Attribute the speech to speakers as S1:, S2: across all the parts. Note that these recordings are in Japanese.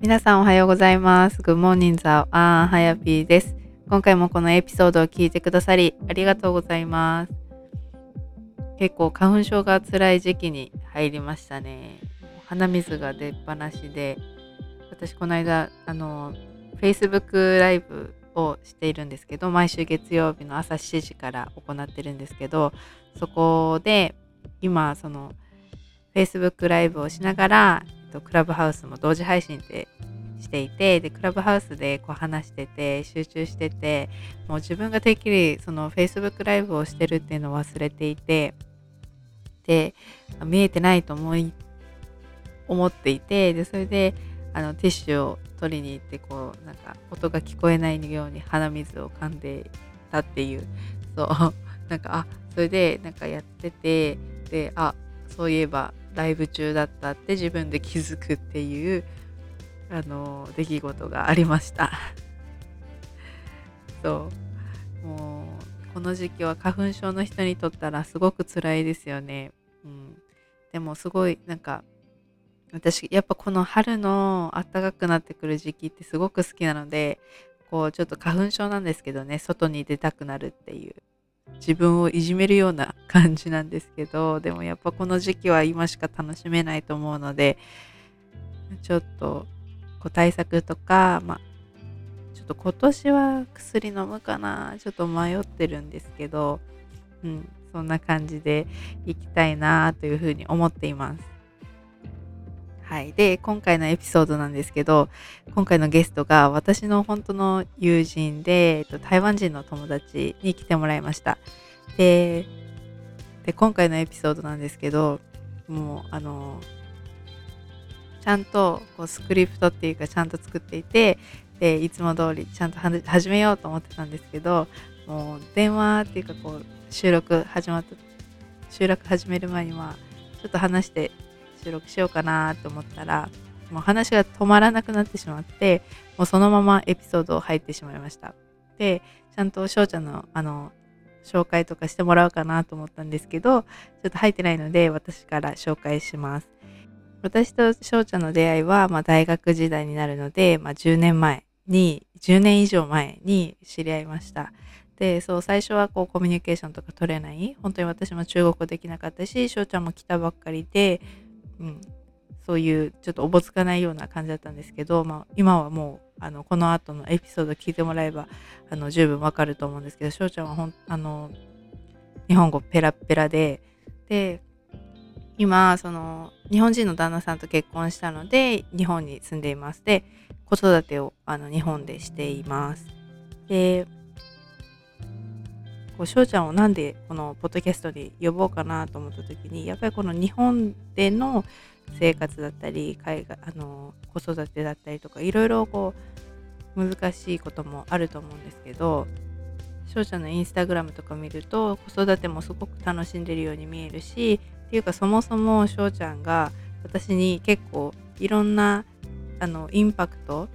S1: 皆さんおはようございます。Good morning, the a n happy です。今回もこのエピソードを聞いてくださりありがとうございます。結構花粉症が辛い時期に入りましたね。鼻水が出っ放しで、私この間あの Facebook ライブをしているんですけど、毎週月曜日の朝7時から行ってるんですけど、そこで今その Facebook ライブをしながら、えっとクラブハウスも同時配信でしていてでクラブハウスでこう話してて集中しててもう自分がてっきりその Facebook ライブをしてるっていうのを忘れていてで見えてないと思い思っていてでそれであのティッシュを取りに行ってこうなんか音が聞こえないように鼻水を噛んでたっていうそう なんかあそれでなんかやっててであそういえばライブ中だったって自分で気づくっていうあの出来事がありました そうもうこの時期は花粉症の人にとったらすごく辛いですよね、うん、でもすごいなんか私やっぱこの春の暖かくなってくる時期ってすごく好きなのでこうちょっと花粉症なんですけどね外に出たくなるっていう自分をいじめるような感じなんですけどでもやっぱこの時期は今しか楽しめないと思うのでちょっとこう対策とか、まあ、ちょっと今年は薬飲むかなちょっと迷ってるんですけど、うん、そんな感じでいきたいなというふうに思っています。はい、で今回のエピソードなんですけど今回のゲストが私の本当の友人で、えっと、台湾人の友達に来てもらいましたでで今回のエピソードなんですけどもうあのちゃんとこうスクリプトっていうかちゃんと作っていてでいつも通りちゃんと話始めようと思ってたんですけどもう電話っていうかこう収録始まった収録始める前にはちょっと話して収録しようかなと思ったらもう話が止まらなくなってしまってもうそのままエピソードを入ってしまいましたでちゃんと翔ちゃんのあの紹介とかしてもらおうかなと思ったんですけどちょっと入ってないので私から紹介します私と翔ちゃんの出会いは、まあ、大学時代になるので、まあ、10年前に10年以上前に知り合いましたでそう最初はこうコミュニケーションとか取れない本当に私も中国語できなかったし翔ちゃんも来たばっかりでうん、そういうちょっとおぼつかないような感じだったんですけど、まあ、今はもうあのこの後のエピソード聞いてもらえばあの十分わかると思うんですけど翔ちゃんはほんあの日本語ペラペラでで今その日本人の旦那さんと結婚したので日本に住んでいますで子育てをあの日本でしていますでこう翔ちゃんをなんでこのポッドキャストに呼ぼうかなと思った時にやっぱりこの日本での生活だったり海外あの子育てだったりとかいろいろこう難しいこともあると思うんですけど翔ちゃんのインスタグラムとか見ると子育てもすごく楽しんでるように見えるしっていうかそもそも翔ちゃんが私に結構いろんなあのインパクト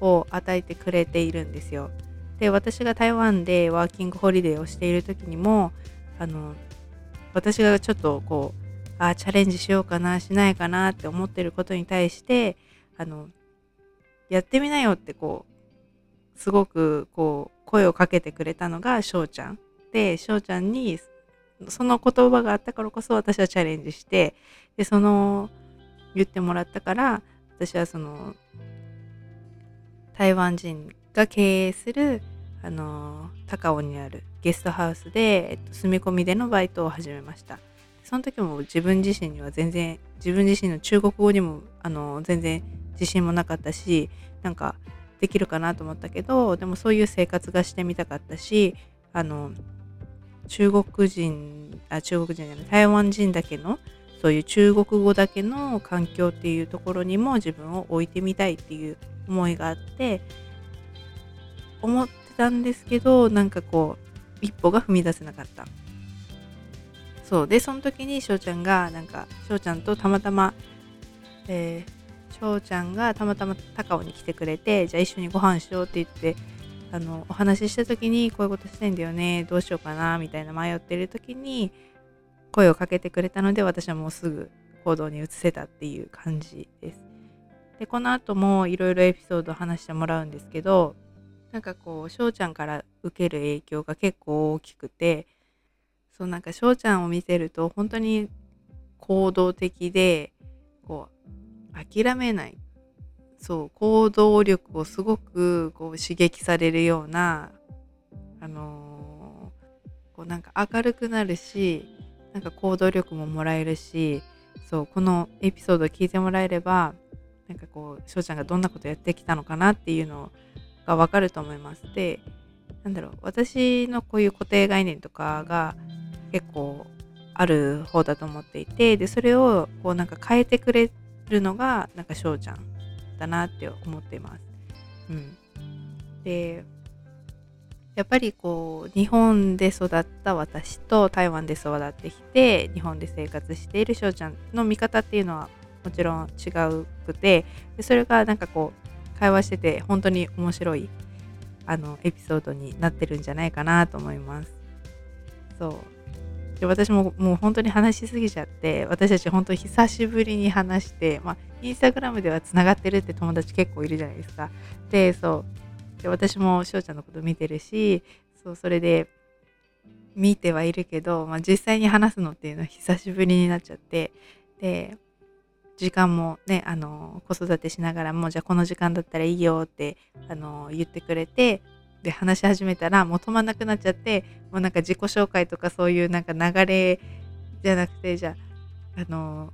S1: を与えてくれているんですよ。で私が台湾でワーキングホリデーをしている時にもあの私がちょっとこうあーチャレンジしようかなしないかなって思ってることに対してあのやってみなよってこうすごくこう声をかけてくれたのが翔ちゃんで翔ちゃんにその言葉があったからこそ私はチャレンジしてでその言ってもらったから私はその台湾人が経営するあの高尾にあるゲストハウスで、えっと、住み込みでのバイトを始めましたその時も自分自身には全然自分自身の中国語にもあの全然自信もなかったしなんかできるかなと思ったけどでもそういう生活がしてみたかったしあの中国人あ中国人じゃない台湾人だけのそういう中国語だけの環境っていうところにも自分を置いてみたいっていう思いがあって思ってたんですけどなんかこう一歩が踏み出せなかったそうでその時に翔ちゃんがなんか翔ちゃんとたまたまえー翔ちゃんがたまたま高尾に来てくれてじゃあ一緒にご飯しようって言ってあのお話しした時にこういうことしたいんだよねどうしようかなみたいな迷ってる時に声をかけてくれたので私はもうすぐ行動に移せたっていう感じですでこの後もいろいろエピソード話してもらうんですけどなんかこう翔ちゃんから受ける影響が結構大きくてそうなんか翔ちゃんを見てると本当に行動的でこう諦めないそう行動力をすごくこう刺激されるようなあのーこうなんか明るくなるしなんか行動力ももらえるしそうこのエピソードを聞いてもらえればなんかこう翔ちゃんがどんなことやってきたのかなっていうのがわかると思います。でなんだろう私のこういう固定概念とかが結構ある方だと思っていてでそれをこうなんか変えてくれるのがなんか翔ちゃんだなって思っています。うん、でやっぱりこう日本で育った私と台湾で育ってきて日本で生活している翔ちゃんの見方っていうのはもちろん違うくてでそれがなんかこう会話してて本当に面白いあのエピソードになってるんじゃないかなと思います。そうで私ももう本当に話しすぎちゃって私たち本当に久しぶりに話して、まあ、インスタグラムではつながってるって友達結構いるじゃないですか。でそうで私も翔ちゃんのこと見てるしそうそれで見てはいるけど、まあ、実際に話すのっていうのは久しぶりになっちゃってで時間もねあの子育てしながらもじゃあこの時間だったらいいよってあの言ってくれてで話し始めたらもう止まんなくなっちゃってもうなんか自己紹介とかそういうなんか流れじゃなくてじゃああの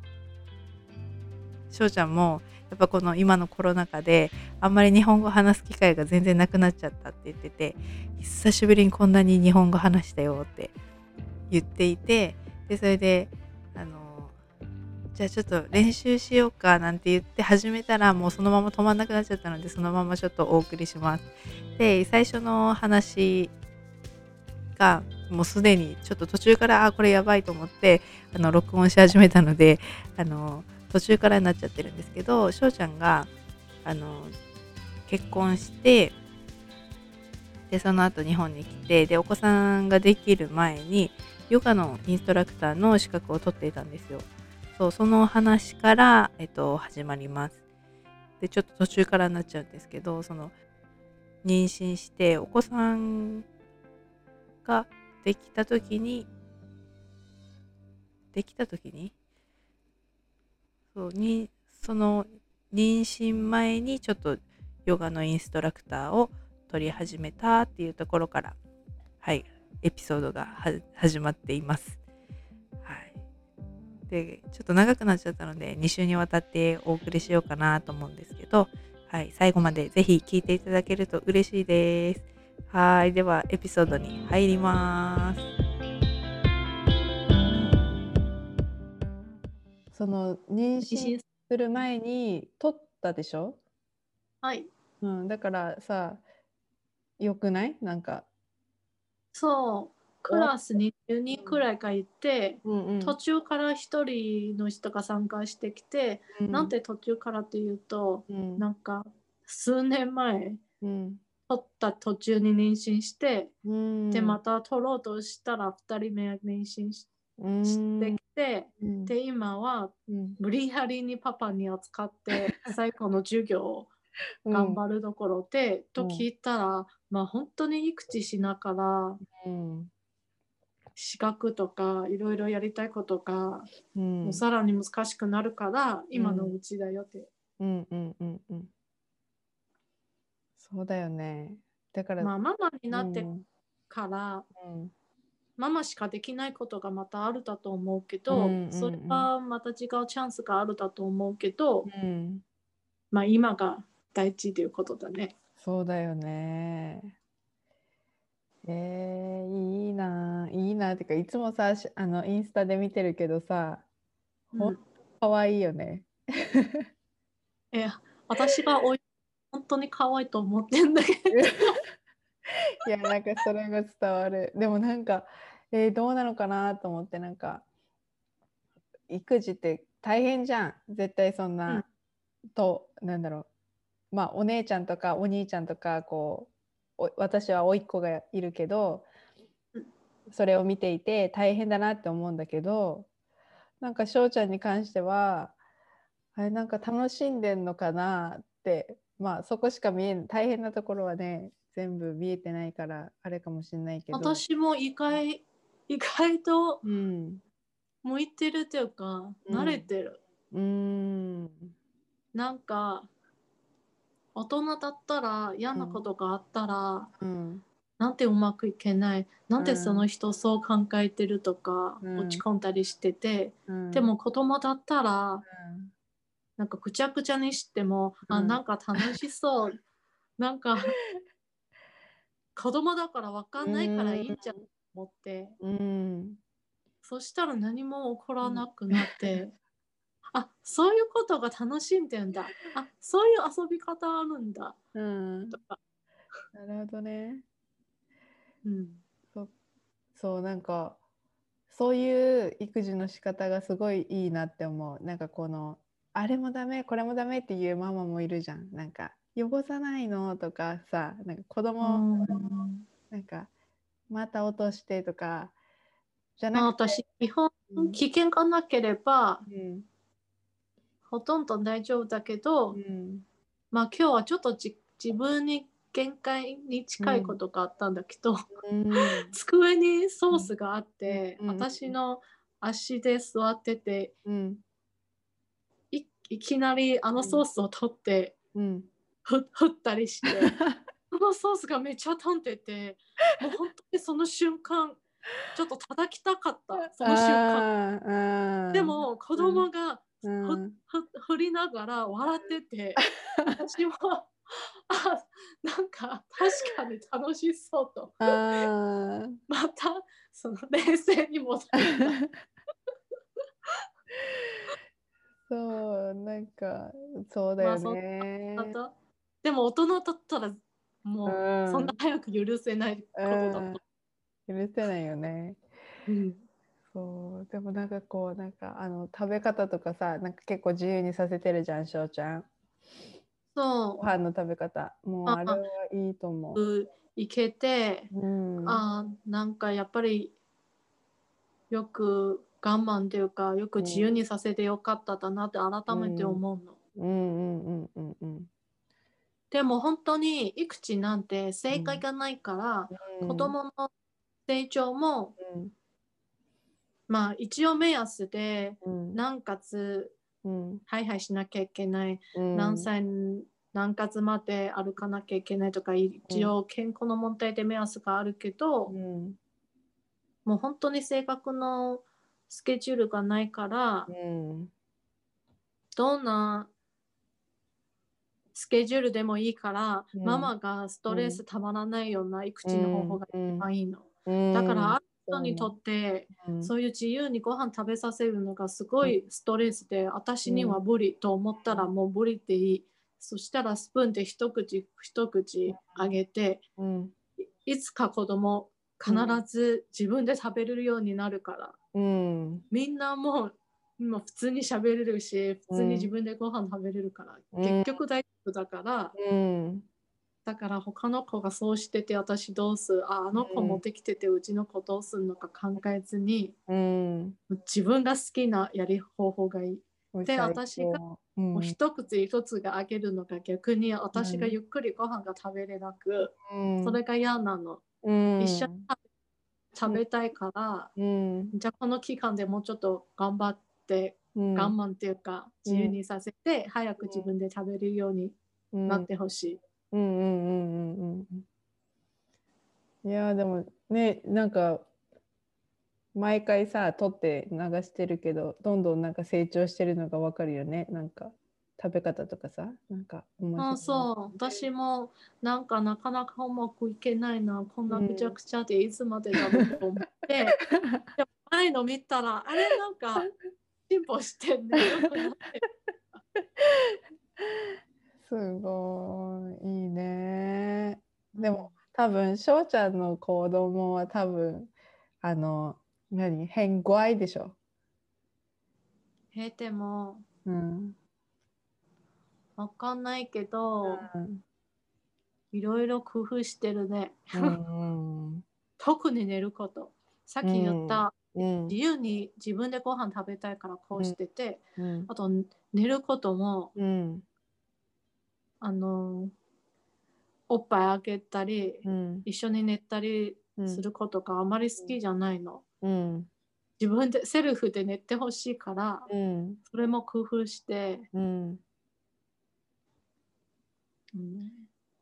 S1: 翔ちゃんもやっぱこの今のコロナ禍であんまり日本語話す機会が全然なくなっちゃったって言ってて久しぶりにこんなに日本語話したよって言っていてでそれであのじゃあちょっと練習しようかなんて言って始めたらもうそのまま止まんなくなっちゃったのでそのままちょっとお送りします。で最初の話がもうすでにちょっと途中からあこれやばいと思ってあの録音し始めたのであの途中からになっちゃってるんですけど翔ちゃんがあの結婚してでその後日本に来てでお子さんができる前にヨガのインストラクターの資格を取っていたんですよ。そうその話から、えっと、始まります。でちょっと途中からになっちゃうんですけどその妊娠してお子さんができた時にできた時にそうにその妊娠前にちょっとヨガのインストラクターを取り始めたっていうところからはいエピソードがは始まっています。はい、でちょっと長くなっちゃったので2週にわたってお送りしようかなと思うんですけど、はい、最後までぜひ聞いていただけると嬉しいです。はいではエピソードに入ります。
S2: その妊
S3: 妊
S2: 娠
S3: 娠
S2: する前に取ったでしょ、
S3: はい
S2: うん、だからさよくないなんか、
S3: そうクラスに10人くらいがいて、
S2: うんうん
S3: 途中から1人の人が参加してきて、なん、て途中からというと
S2: うん
S3: なんか数年前
S2: うん
S3: 取った途中に妊娠して、
S2: うん、
S3: でまた取ろうとしたら2人目妊娠し
S2: うん
S3: してきて、
S2: うん
S3: で今は
S2: うん
S3: 無理やりにパパに扱 って最後の授業を頑張るところで、と聞いたら、まあ本当に育児しながら
S2: うん
S3: 資格とかいろいろやりたいことが
S2: うん
S3: さらに難しくなるから今のうちだよって、
S2: うんうんうんうんそうだよねだから、
S3: まあママになって
S2: うん
S3: から、
S2: うん
S3: ママしかできないことがまたあるだと思うけど、
S2: うんうんうん
S3: それはまた違うチャンスがあるだと思うけど、
S2: うん、
S3: まあ今が大事ということだね。
S2: そうだよね。えー、いいなあ、いいなあ。てか、いつもさ、しあのインスタで見てるけどさ、ほ
S3: うんん
S2: とかわいいよね。
S3: え私がおい本当に可愛いと思ってんだけど。
S2: いや、なんかそれが伝わる。でもなんか、えーどうなのかなと思って、なんか、育児って大変じゃん。絶対そんな、と、なんだろう。まあ、お姉ちゃんとかお兄ちゃんとか、こう、お私は甥っ子がいるけど
S3: うん、
S2: それを見ていて大変だなって思うんだけど、なんか翔ちゃんに関しては、
S1: あれなんか楽しんでんのかなってまあそこしか見えない大変なところはね全部見えてないからあれかもしれないけど
S3: 私も意外意外と
S1: うん
S3: 向いてるというか
S1: うん
S3: 慣れてる、
S1: うーん
S3: なんか大人だったら嫌なことがあったら、
S1: うん
S3: なんてうまくいけないなんでその人そう考えてるとか、
S1: うん
S3: 落ち込んだりしてて、
S1: うん
S3: でも子供だったらなんかぐちゃぐちゃにしても、
S1: う
S3: あ
S1: ん
S3: なんか楽しそう なんか子供だから分かんないからいいんじゃんと思って、
S1: うん
S3: そしたら何も起こらなくなって、 あそういうことが楽しんでんだあそういう遊び方あるんだ
S1: うん
S3: とか、
S1: なるほどね
S3: うん、
S1: そうなんかそういう育児の仕方がすごいいいなって思うなんかこのあれもダメこれもダメっていうママもいるじゃんなんか汚さないのとかさなんか子供、
S3: うん
S1: なんかまた落としてとかじゃ
S3: まあ
S1: なくて、
S3: 私基本
S1: うん
S3: 危険がなければ
S1: うん
S3: ほとんど大丈夫だけど、
S1: うん
S3: まあ今日はちょっとじ自分に限界に近いことがあったんだけど、 机にソースがあって、
S1: うんうん
S3: 私の足で座ってて
S1: うん
S3: いいきなりあのソースを取って、
S1: うん
S3: ふ振ったりして そのソースがめっちゃ飛んでてもう本当にその瞬間ちょっと叩きた かったその瞬間
S1: 間
S3: でも子供が
S1: う
S3: ふ、
S1: ん
S3: ふ振りながら笑ってて私もあなんか確かに楽しそうと
S1: あー
S3: またその冷静に戻る
S1: そうなんかそうだよ
S3: まあ
S1: ね、
S3: またでも大人だったらもう
S1: うん
S3: そんな早く許せないことだと、
S1: うん、許せないよね
S3: うん
S1: そうでもなんかこうなんかあの食べ方とかさなんか結構自由にさせてるじゃんしょうちゃん
S3: そ
S1: ご飯の食べ方もうあれはいいと思
S3: うういけて
S1: う、うん、
S3: あーなんかやっぱりよく我慢というかよく自由にさせてよかっただなって改めて思うの、
S1: うんうんうんうんうん
S3: でも本当に育児なんて正解がないから、
S1: うん
S3: 子供の成長も
S1: うん
S3: まあ一応目安で
S1: うん
S3: 何月
S1: うん
S3: ハイハイしなきゃいけない
S1: うん
S3: 何歳何月まで歩かなきゃいけないとか一応健康の問題で目安があるけど、
S1: うん
S3: もう本当に正確のスケジュールがないから、
S1: うん
S3: どんなスケジュールでもいいから、
S1: うん
S3: ママがストレスたまらないような育児の方法が一番いいの、
S1: うん
S3: だからある人にとって、
S1: うん
S3: そういう自由にご飯食べさせるのがすごいストレスで、私には無理と思ったらもう無理でいいそしたらスプーンで一口一口あげて
S1: うん
S3: いいつか子供必ず自分で食べれるようになるから、
S1: うん
S3: みんなもう今普通に喋れるし普通に自分でご飯食べれるから、
S1: うん
S3: 結局大丈夫だから、
S1: うん
S3: だから他の子がそうしてて私どうするああの子
S1: うん
S3: 持ってきててうちの子どうするのか考えずに
S1: うん
S3: 自分が好きなやり方法がいい、で
S1: 最
S3: 私が
S1: 高うん
S3: もう一口一つがあげるのが逆に私がゆっくりご飯が食べれなく、
S1: うん
S3: それが嫌なの、
S1: うん
S3: 一緒に食べたいから、
S1: うん
S3: じゃあこの期間でもうちょっと頑張って
S1: うん
S3: 我慢っていうか
S1: うん
S3: 自由にさせて早く自分で食べるように
S1: うん
S3: なってほしい。
S1: うんうんうんうんうんうん。いやーでもねなんか毎回さ撮って流してるけどどんどんなんか成長してるのがわかるよねなんか食べ方とかさなんか面白い
S3: あそう私もなんかなかなかうまくいけないなこんなぐちゃぐちゃでいつまでだろうと思 って、でも前の見たらあれなんか進歩してんね良くなってる
S1: すごいいいね でも多分翔ちゃんの子供は多分あの何変怖いでしょ
S3: えでも
S1: うん、
S3: わかんないけ
S1: う
S3: ど
S1: ん
S3: いろいろ工夫してるね
S1: うん
S3: 特に寝ることさっき言った、
S1: うん
S3: 自由に自分でご飯食べたいからこうしてて、
S1: うん
S3: あと寝ることも
S1: うん
S3: あのおっぱいあげたり、
S1: うん
S3: 一緒に寝たり
S1: うん
S3: することがあまり好きじゃないの、
S1: うん
S3: 自分でセルフで寝てほしいから、
S1: うん
S3: それも工夫して、
S1: うん
S3: うん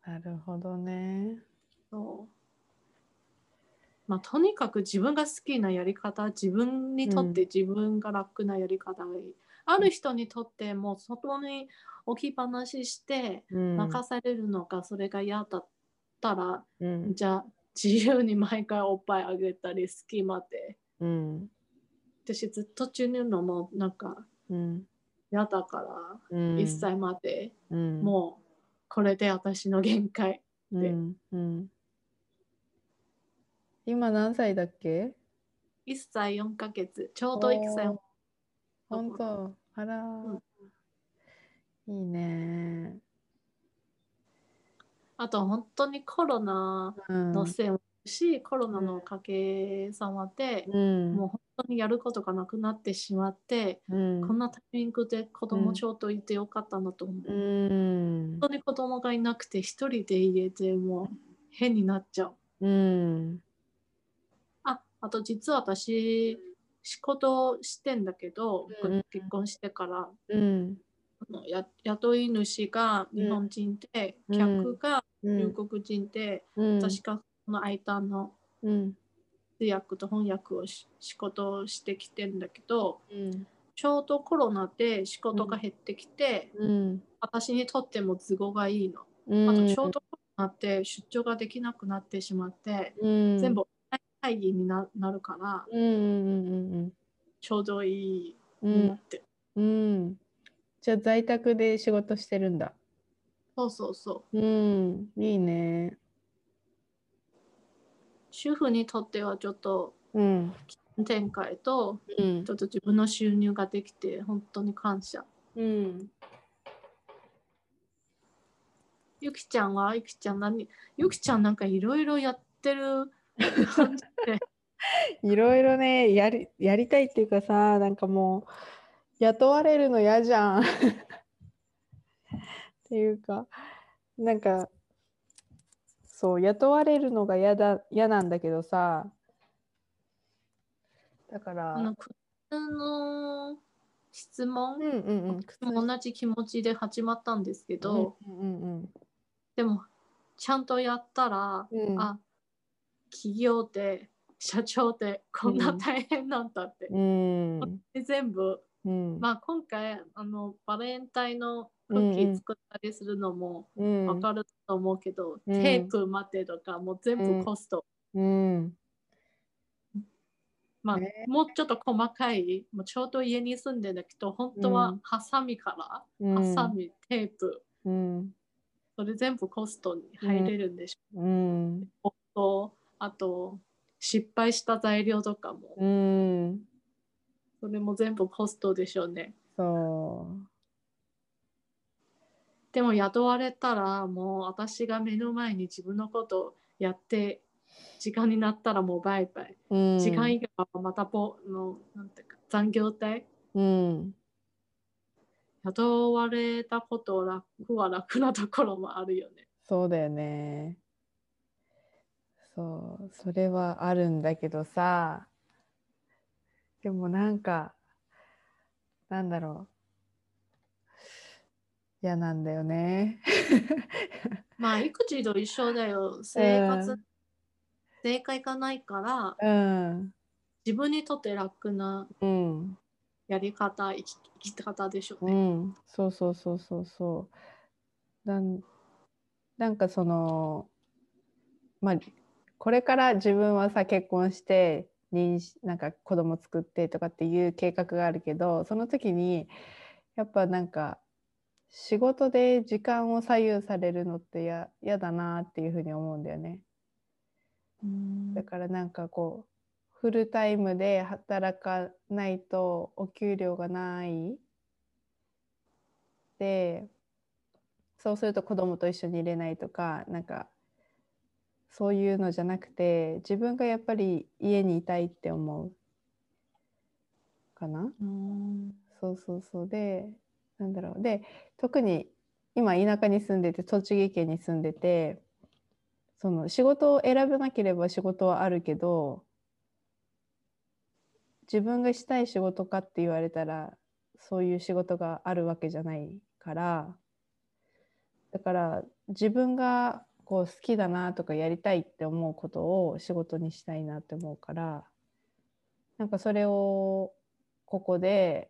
S1: なるほどね。
S3: そうまあ、とにかく自分が好きなやり方自分にとって自分が楽なやり方がいい、ある人にとってもう外に置きっぱなしして
S1: うん
S3: 任されるのがそれが嫌だったら、
S1: うん
S3: じゃあ自由に毎回おっぱいあげたり隙間で
S1: うん
S3: 私ずっと中にいるのもなんか
S1: うん
S3: 嫌だから、
S1: うん
S3: 1歳まで、
S1: うん
S3: もうこれで私の限界
S1: う
S3: で
S1: んうん今何歳だっけ
S3: 1歳4ヶ月ちょうど1歳
S1: おー本当あらー、いいね
S3: あと本当にコロナ
S1: ー、うん、
S3: のせいもあるし、コロナのおかげさまで、
S1: うん
S3: もう本当にやることがなくなってしまって、
S1: うん
S3: こんなタイミングで子供ちょうどいてよかったなと思う、
S1: う
S3: 本
S1: ん
S3: 当に子供がいなくて一人で家でもう変になっちゃう
S1: うん
S3: ああと実は私仕事をしてんだけど、
S1: うんうん
S3: 結婚してから
S1: うん
S3: あのや雇い主が日本人で、
S1: うん
S3: 客が
S1: うん
S3: 中国人で、
S1: うん
S3: 私がその間の
S1: うん
S3: 通訳と翻訳をし仕事をしてきてんだけど
S1: うん
S3: ちょうどコロナで仕事が減ってきて、
S1: うん
S3: 私にとっても都合がいいの。
S1: うん
S3: あとちょうどコロナって出張ができなくなってしまって、
S1: うん
S3: 全部会議にななるから
S1: うんうんうん
S3: ちょうどいい
S1: うんう
S3: なんって、
S1: うんじゃあ在宅で仕事してるんだ
S3: そうそうそう
S1: うんいいね
S3: 主婦にとってはちょっと
S1: うん
S3: 展開と
S1: うん
S3: ちょっと自分の収入ができて本当に感謝
S1: うん
S3: ゆきちゃんはゆきちゃん何ゆきちゃんなんかいろいろやってる感じで
S1: いろいろねやりやりたいっていうかさなんかもう雇われるの嫌じゃん っていうかなんかそう雇われるのが嫌だ嫌なんだけどさだから
S3: あの靴の質問
S1: うんうんうん靴
S3: も同じ気持ちで始まったんですけど、
S1: うんうん
S3: でもちゃんとやったら、
S1: うんうん
S3: あ企業で社長ってこんな
S1: うん
S3: 大変なんだって、
S1: うん
S3: で全部
S1: うん
S3: まあ今回あのバレンタインのクッキ
S1: うんう
S3: ー
S1: ん
S3: 作ったりするのも
S1: うん
S3: わかると思うけど、
S1: うん
S3: テープ待てとかもう全部コスト、
S1: うん
S3: まあ
S1: ね
S3: もうちょっと細かいもうちょうど家に住んでんだけど本当
S1: う
S3: は
S1: ん
S3: ハサミから、
S1: うん
S3: ハサミテープ
S1: うん
S3: それ全部コストに入れるんでしょ、
S1: うん
S3: とあと失敗した材料とかも
S1: うん
S3: それも全部コストでしょうね
S1: そう
S3: でも雇われたらもう私が目の前に自分のことをやって時間になったらもうバイバイ、
S1: うん
S3: 時間以外はまたぼのなんていうか残業代
S1: うん
S3: 雇われたことを楽は楽なところもあるよね
S1: そうだよね。そう、それはあるんだけどさ、でもなんか、なんだろう。嫌なんだよね。
S3: まあ育児と一緒だよ生活、正解がないから
S1: うん、
S3: 自分にとって楽な
S1: うん、
S3: やり方生き生き方でしょう
S1: う
S3: ね、
S1: ん、そうそうそうそうそう。なんなんかその、まあ、これから自分はさ結婚して妊娠なんか子供作ってとかっていう計画があるけどその時にやっぱなんか仕事で時間を左右されるのってや嫌だなっていうふうに思うんだよね。
S3: うん
S1: だからなんかこうフルタイムで働かないとお給料がないでそうすると子供と一緒にいれないとかなんかそういうのじゃなくて自分がやっぱり家にいたいって思うかな。
S3: うん
S1: そうそうそうでなんだろうで特に今田舎に住んでて栃木県に住んでてその仕事を選べなければ仕事はあるけど自分がしたい仕事かって言われたらそういう仕事があるわけじゃないからだから自分がこう好きだなとかやりたいって思うことを仕事にしたいなって思うからなんかそれをここで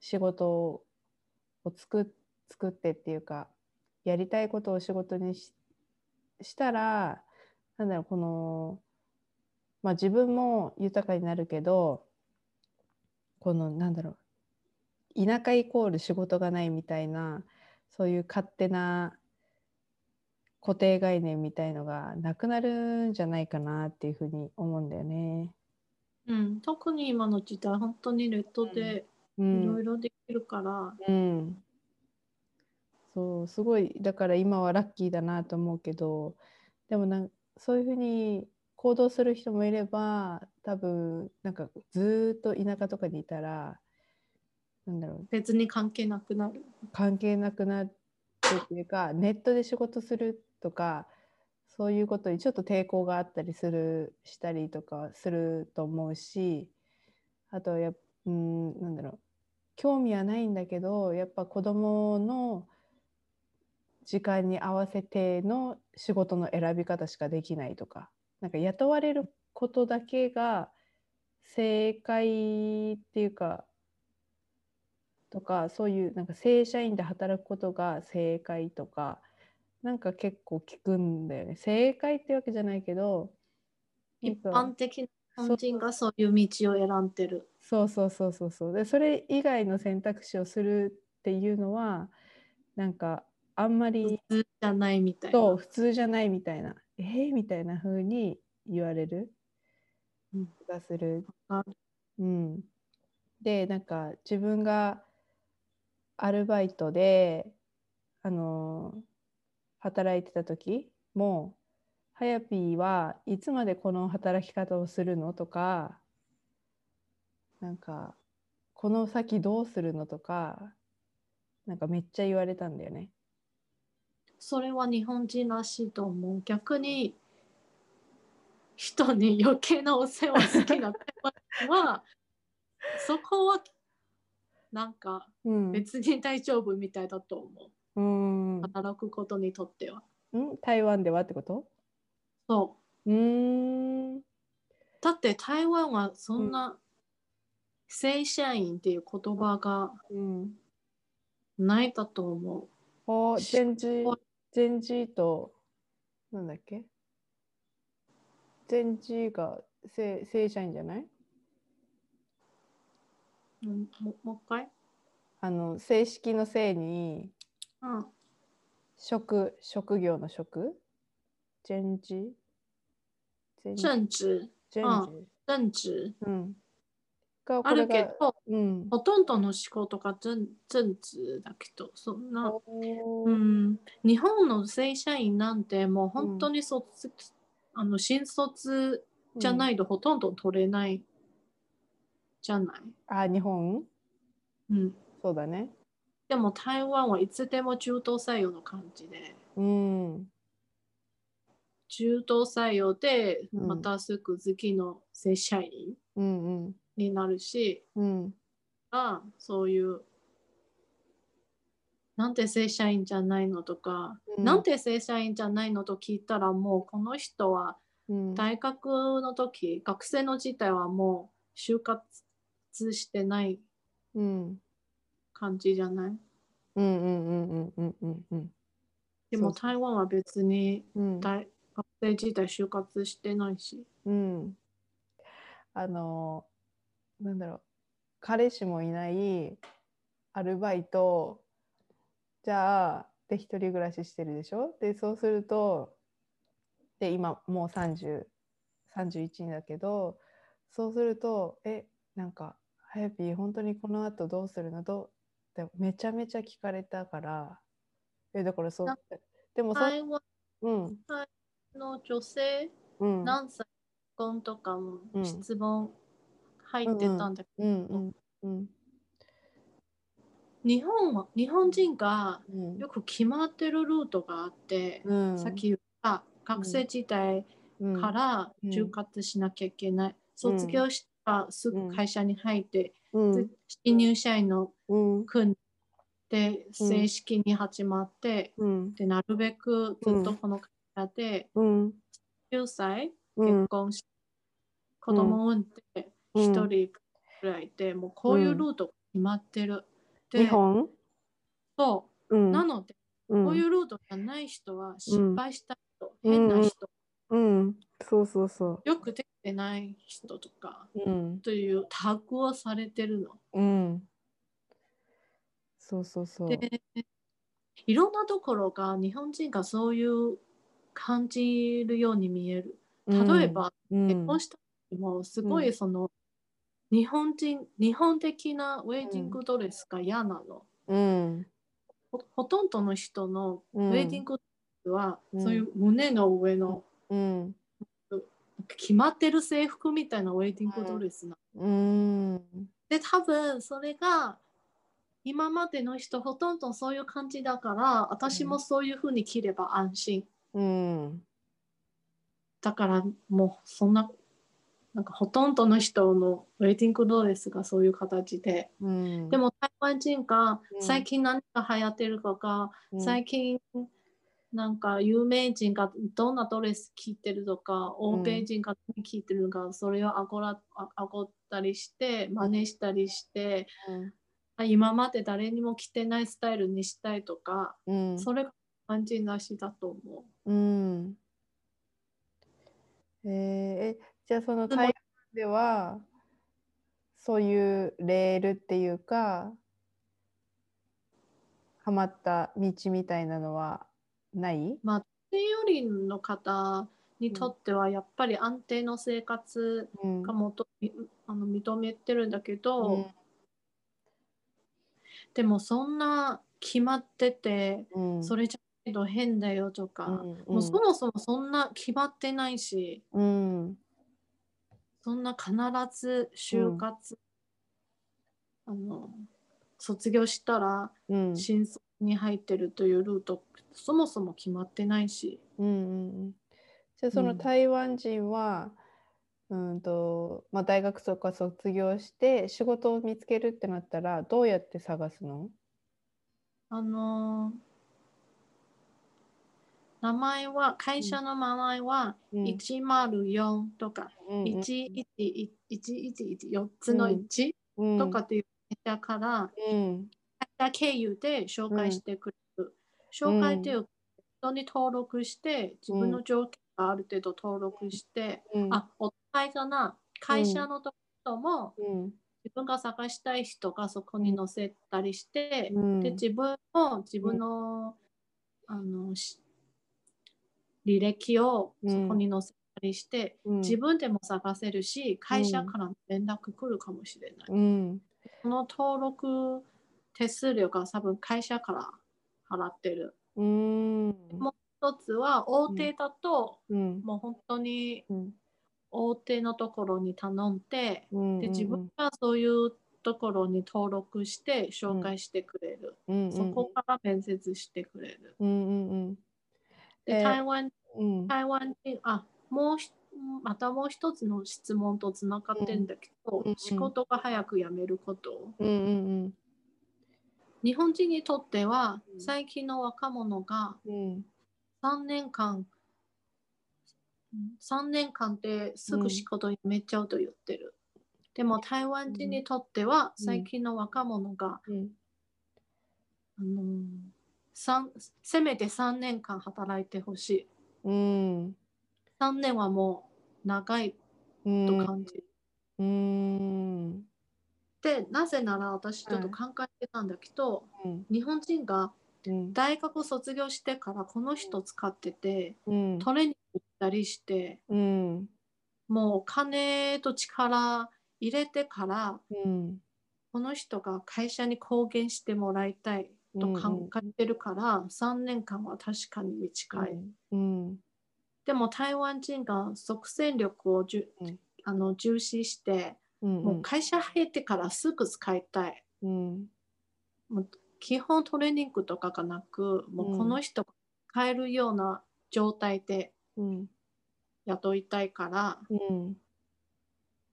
S1: 仕事を作っ作ってっていうかやりたいことを仕事にししたらなんだろうこの、まあ、自分も豊かになるけどこのなんだろう田舎イコール仕事がないみたいなそういう勝手な固定概念みたいのがなくなるんじゃないかなっていうふうに思うんだよね。
S3: うん、特に今の時代本当にネットで
S1: う
S3: い
S1: ん、
S3: ろいろできるから、
S1: うん、そうすごいだから今はラッキーだなと思うけどでもなんそういうふうに行動する人もいれば多分なんかずーっと田舎とかにいたらなんだろ
S3: 別に関係なくなる。
S1: う関係なくなってっていうかネットで仕事するとかそういうことにちょっと抵抗があったりするしたりとかすると思うしあとはやっうんなんだろう興味はないんだけどやっぱ子供の時間に合わせての仕事の選び方しかできないとかなんか雇われることだけが正解っていうかとかそういうなんか正社員で働くことが正解とかなんか結構聞くんだよね正解ってわけじゃないけど
S3: 一般的な日本人がそういう道を選んでる。
S1: そうそうそうそうそうでそれ以外の選択肢をするっていうのはなんかあんま
S3: 普
S1: り
S3: 通じゃないみたいな。
S1: そう普通じゃないみたいなえー、みたいな風に言われる
S3: うん
S1: 気がする
S3: わか。
S1: うん、でなんか自分がアルバイトであのー働いてた時も「はやぴーはいつまでこの働き方をするの?」とかなんか「この先どうするの?」とかなんかめっちゃ言われたんだよね。
S3: それは日本人らしいと思う。逆に人に余計なお世話好きな はそこはなんか
S1: うん、
S3: 別に大丈夫みたいだと思
S1: うん
S3: う。働くことにとっては。
S1: ん台湾ではってこと
S3: そう
S1: ーん
S3: う。だって台湾はそんな正社員っていう言葉が
S1: うん。
S3: ないだと思
S1: お
S3: し。
S1: 全治全治となんだっけ全治が正正社員じゃないう
S3: うんももう一回、
S1: あの正式の正に
S3: うん、
S1: 職職業の職全治全治
S3: 正职
S1: 全治
S3: 正职
S1: うん。が
S3: あ
S1: これ
S3: るけ
S1: が
S3: ど
S1: うん。
S3: ほとんどの仕事が正正職だけどそんな、
S1: お
S3: う
S1: ー
S3: ん、日本の正社員なんてもう本当に卒、あの新卒じゃな
S1: うん
S3: いとほとんど取れないじゃない、
S1: あ日本
S3: うん、
S1: そうだね。
S3: でも台湾はいつでも中途採用の感じで
S1: うん。
S3: 中途採用で
S1: うん
S3: またすぐ次の正社員
S1: うんうん
S3: になるし、
S1: うん
S3: あそういうなんて正社員じゃないのとか、
S1: うん
S3: なんて正社員じゃないのと聞いたらもうこの人は
S1: うん。
S3: 大学の時学生の時代はもう就活してない
S1: うん
S3: 感じじゃない
S1: うんうんうんうんうんうん
S3: で
S1: そ
S3: も
S1: うそ
S3: 台湾は別に
S1: うん
S3: 大学生時代就活してないし
S1: うんあのなんだろう彼氏もいないアルバイトじゃあで一人暮らししてるでしょでそうするとで今もう30 31だけどそうするとえなんか「はやぴー本当にこの後どうするの?」どうってめちゃめちゃ聞かれたからえだからそう
S3: な
S1: でもそう
S3: 台湾
S1: うん
S3: の女性
S1: うん
S3: 何歳結婚とかも
S1: うん
S3: 質問入ってたんだけど、
S1: うんうんうん
S3: 日本は日本人が
S1: うん
S3: よく決まってるルートがあって、
S1: うん
S3: さっき言った学生時代から
S1: うん
S3: 就活しなきゃいけない、
S1: うん
S3: 卒業したらすぐ会社に入って、
S1: うん
S3: で新入社員の
S1: うん
S3: 訓練で
S1: うん
S3: 正式に始まって、
S1: うん
S3: でなるべくずっとこの会社で
S1: うん
S3: 9歳
S1: うん
S3: 結婚して、子供を産んで
S1: うん
S3: 1人くらいで、もうこういうルートが決まってる。で
S1: 日本
S3: そううんなので
S1: うん
S3: こういうルートじゃない人は失敗した人、変な人、
S1: うんそうそうそ
S3: よくできてない人とか
S1: ううん
S3: というタグをされてるの。
S1: うんそうそうそう
S3: でいろんなところが日本人がそういう感じるように見える。例えば、
S1: うん
S3: 結婚した時もすごいその、日本人日本的なウェディングドレスが嫌なの。
S1: うん
S3: ほほとんどの人の
S1: う
S3: ウ
S1: ん
S3: ェディングドレスは、
S1: うん
S3: そういう胸の上の。
S1: うん
S3: 決まってる制服みたいなウェイティングドレスな、
S1: うん
S3: で多分それが今までの人ほとんどそういう感じだから私もそういう風に着れば安心、
S1: うん
S3: だからもうそんななんかほとんどの人のウェイティングドレスがそういう形で、
S1: うん
S3: でも台湾人が
S1: うん
S3: 最近何が流行ってるかが、
S1: うん
S3: 最近なんか有名人がどんなドレス着てるとか、欧米人が何着てるのかそれをあごらああごったりして真似したりしてあ今まで誰にも着てないスタイルにしたいとか、
S1: うん
S3: それが肝心なしだと思
S1: うんえーえじゃあその
S3: でも。
S1: 台湾ではそういうレールっていうかはまった道みたいなのはないう
S3: 低よりの方にとってはやっぱり安定の生活
S1: うん
S3: がもと、あの認めてるんだけど、
S1: うん
S3: でもそんな決まってて
S1: うん
S3: それじゃないと変だよとか、
S1: うん
S3: もうそもそもそんな決まってないし
S1: うん
S3: そんな必ず就活、あの卒業したら
S1: うん
S3: 新卒に入ってるというルート、そもそも決まってないし
S1: うんうんうんじゃあその
S3: うん
S1: 台湾人は、うんとまあ、大学とか卒業して仕事を見つけるってなったらどうやって探すの
S3: あの名前は会社の名前は
S1: うん
S3: 104とか、
S1: うんうん
S3: 111114つの1
S1: うん
S3: とかっていう会社から、
S1: うん
S3: 会社経由で紹介してくれる。紹介というか人に登録して、自分の条件がある程度登録して、
S1: うん
S3: あ、お互いだな、会社のとことも
S1: うん
S3: 自分が探したい人がそこに載せたりして、
S1: うん
S3: で、自分も自分の、あの、し履歴をそこに載せたりして、
S1: うん
S3: 自分でも探せるし、会社からの連絡来るかもしれない。
S1: うん
S3: この登録手数料が多分会社から払ってる。
S1: うん
S3: も一つは大手だと、
S1: うん
S3: もう本当に
S1: うん
S3: 大手のところに頼んで、
S1: うん
S3: で自分がそういうところに登録して紹介してくれる。
S1: うん
S3: そこから面接してくれる。
S1: うんうんうんえ
S3: で
S1: ー
S3: 台湾
S1: うん
S3: 台湾人あもうひまたもう一つの質問とつながってんだけど、
S1: うんうん
S3: 仕事が早く辞めること。
S1: うんうん
S3: 日本人にとっては
S4: うん
S3: 最近の若者が
S1: うん
S3: 3年間3年間ですぐ仕事辞めちゃうと言ってる、でも台湾人にとっては
S1: うん
S3: 最近の若者が、
S1: うん
S3: あのー三せめて3年間働いてほしい
S1: うん
S3: 3年はもう長い
S1: うん
S3: と感じる、
S1: うん
S3: でなぜなら私ちょっと考えてたんだけど、
S1: うん
S3: 日本人が
S1: うん
S3: 大学を卒業してからこの人使ってて
S1: うん
S3: トレーニング行ったりして
S1: うん
S3: もうお金と力入れてから
S1: うん
S3: この人が会社に貢献してもらいたいと考えてるから、3年間は確かに短い、
S1: うん
S3: でも台湾人が即戦力をじゅ、
S1: うん
S3: あの重視して
S1: うん
S3: もう会社入ってからすぐ使いたい。
S1: うん
S3: 基本トレーニングとかがなく、もうこの人が使えるような状態で
S1: うん
S3: 雇いたいから、
S1: うん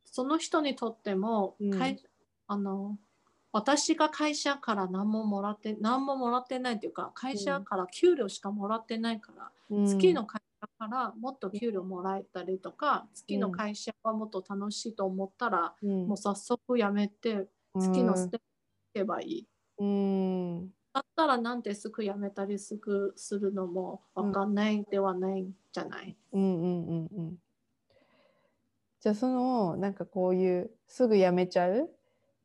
S3: その人にとっても、
S1: うん
S3: 会あの私が会社から何ももらって何ももらってないというか会社から給料しかもらってないから、
S1: うん
S3: 月の会社からもっと給料もらえたりとか、月の会社はもっと楽しいと思ったら、
S1: うん
S3: もう早速やめて月のステップ行けばいい。
S1: うん
S3: だったらなんてすぐ辞めたりすぐするのもわかんないではないんじゃない、
S1: うんうんうんうんじゃあそのなんかこういうすぐ辞めちゃう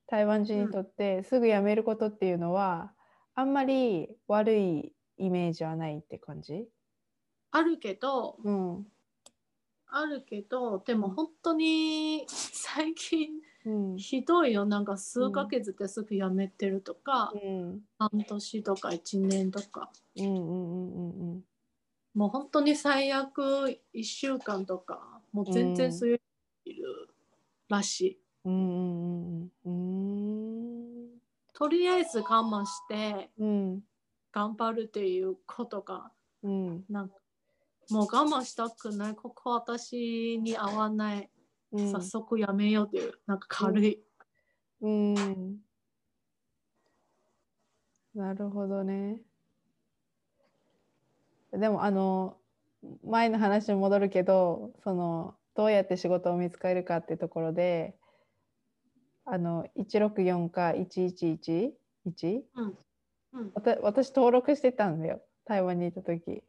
S1: 台湾人にとってすぐ辞めることっていうのは、あんまり悪いイメージはないって感じ
S3: あるけど
S1: うん
S3: あるけどでも本当に 最近
S1: うん
S3: ひどいよなんか数ヶ月ですぐ辞めてるとか、
S1: うん
S3: 半年とか1年とか
S1: うんうんうんうん
S3: もう本当に最悪1週間とかもう全然そういう人いるらしい、
S1: うんうんうん
S3: とりあえず我慢して
S1: うんうん
S3: 頑張るっていうことが
S1: うん
S3: なんかもう我慢したくないここ私に合わない
S1: うん
S3: 早速やめようという、なんか軽い、
S1: うんなるほどね。でもあの前の話に戻るけどそのどうやって仕事を見つけるかってところであの164か1111、
S3: うん
S1: わた私登録してたんだよ台湾にいた時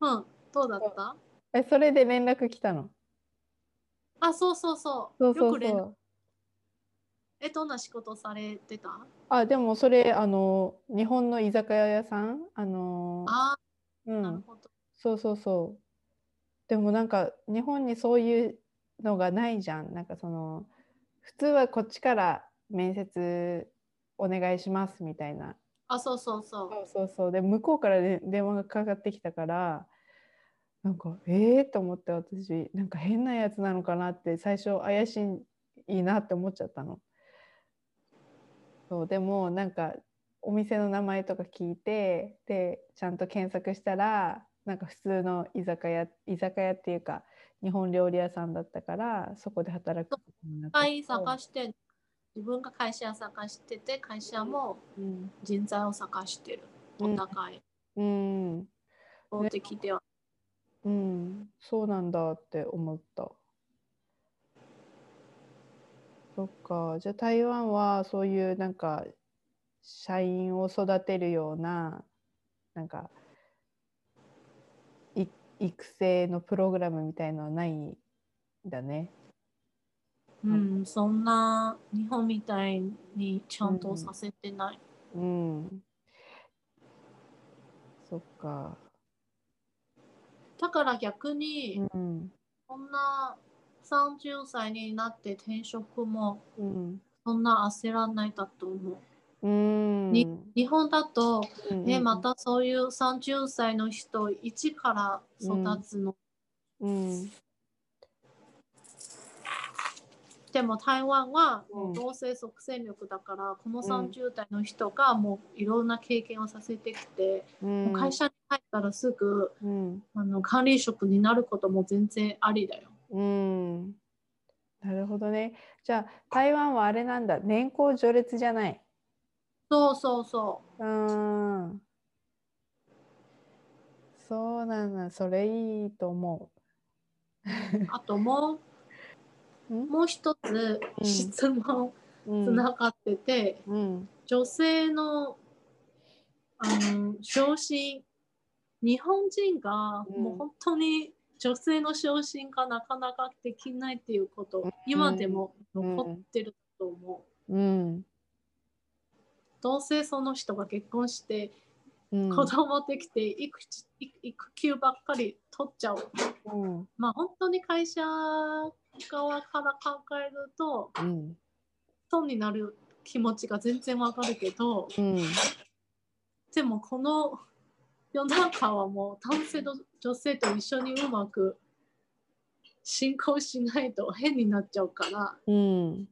S3: うん、どうだった
S1: えそれで連絡来たの
S3: あそうそうそう
S1: そうそ
S3: よ
S1: う
S3: く連
S1: そ
S3: 絡
S1: う
S3: えどんな仕事されてた
S1: あでもそれあの日本の居酒屋屋さんあの
S3: あ
S1: う
S3: ーなる
S1: ん
S3: ほど、
S1: そうそうそう。でもなんか日本にそういうのがないじゃん。なんかその普通はこっちから面接お願いしますみたいな。
S3: あそうそうそう
S1: そうそうそう。で向こうからで電話がかかってきたからなんかええー、と思って私なんか変なやつなのかなって最初怪しいなって思っちゃったの。そうでもなんかお店の名前とか聞いてでちゃんと検索したらなんか普通の居酒屋居酒屋っていうか日本料理屋さんだったからそこで働くことになっ
S3: いっぱ
S1: て
S3: い探して自分が会社探してて会社も
S1: うん
S3: 人材を探してる
S1: うん
S3: お互い
S1: うん、
S3: 法的では、
S1: うん、そうなんだって思った。そっか、じゃあ台湾はそういうなんか社員を育てるようななんかい育成のプログラムみたいのはないんだね。
S3: う
S1: うん
S3: ん、そんな日本みたいにちゃんとさせてない、
S1: うん。そっか。
S3: だから逆に、
S1: うん。
S3: そんな30歳になって転職も
S1: うん。
S3: そんな焦らないだと思う。
S1: うん。
S3: に日本だと、
S1: うん
S3: ね、またそういう30歳の人一から育つの。
S1: うん。
S3: でも台湾は
S1: うん
S3: 同性即戦力だから、この
S1: ん
S3: 30代の人がもういろんな経験をさせてきて、
S1: うん。
S3: もう会社に入ったらすぐ
S1: うん。
S3: あの管理職になることも全然ありだよ。
S1: うん。なるほどね。じゃあ台湾はあれなんだ。年功序列じゃない。
S3: そうそうそう。
S1: うーん。そうなんだ。それいいと思
S3: あともうんもう一つ
S1: うん
S3: 質
S1: う。う
S3: 問
S1: ん
S3: つながってて、
S1: うん。
S3: 女性のあの昇進日本人が
S1: うん
S3: もう本当に女性の昇進がなかなかできないっていうこと、今でも残ってると思う、
S1: うん。
S3: どうせその人が結婚して
S1: うん。
S3: 子供できて育児育休ばっかり取っちゃう
S1: うん。
S3: まあ本当に会社側から考えると
S1: うん。
S3: 損になる気持ちが全然わかるけど
S1: うん。
S3: でもこの世の中はもう男性と女性と一緒にうまく進行しないと変になっちゃうから
S1: うん。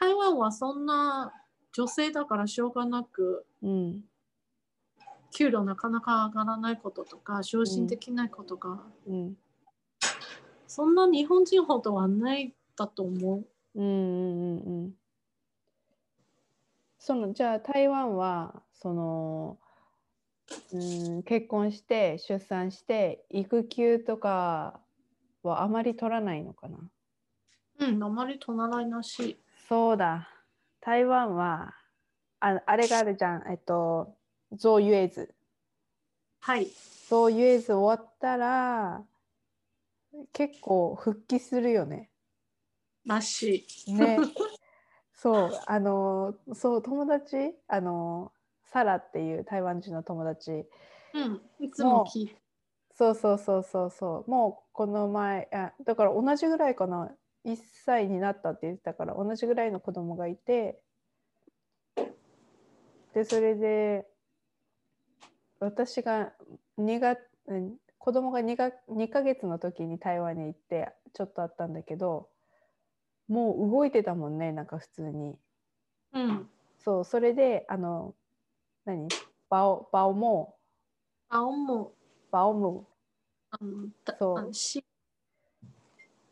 S3: 台湾はそんな女性だからしょうがなく
S1: うん
S3: 給料なかなか上がらないこととか昇進できないことが、
S1: うん
S3: そんな日本人ほどはないだと思う。
S1: うんうんうんうんそのじゃあ台湾はその、うん、結婚して出産して育休とかはあまり取らないのかな
S3: うん、あまり隣なしい。
S1: そうだ台湾はああれがあるじゃんえっとゾウユエズ
S3: はい。
S1: ゾウユエズ終わったら結構復帰するよね
S3: らしい。
S1: ね そうあのそう友達あのサラっていう台湾人の友達
S3: うん。いつも聞いて。
S1: そうそうそうそうそうもうこの前あだから同じぐらいかな1歳になったって言ってたから同じぐらいの子供がいてでそれで私が2月うん子供が 2, が2ヶ月の時に台湾に行ってちょっとあったんだけどもう動いてたもんねなんか普通に。
S3: うん。
S1: そうそれであの何バオバオモ
S3: あ、おも。
S1: ーバオム
S3: あの、だ
S1: そう
S3: あのし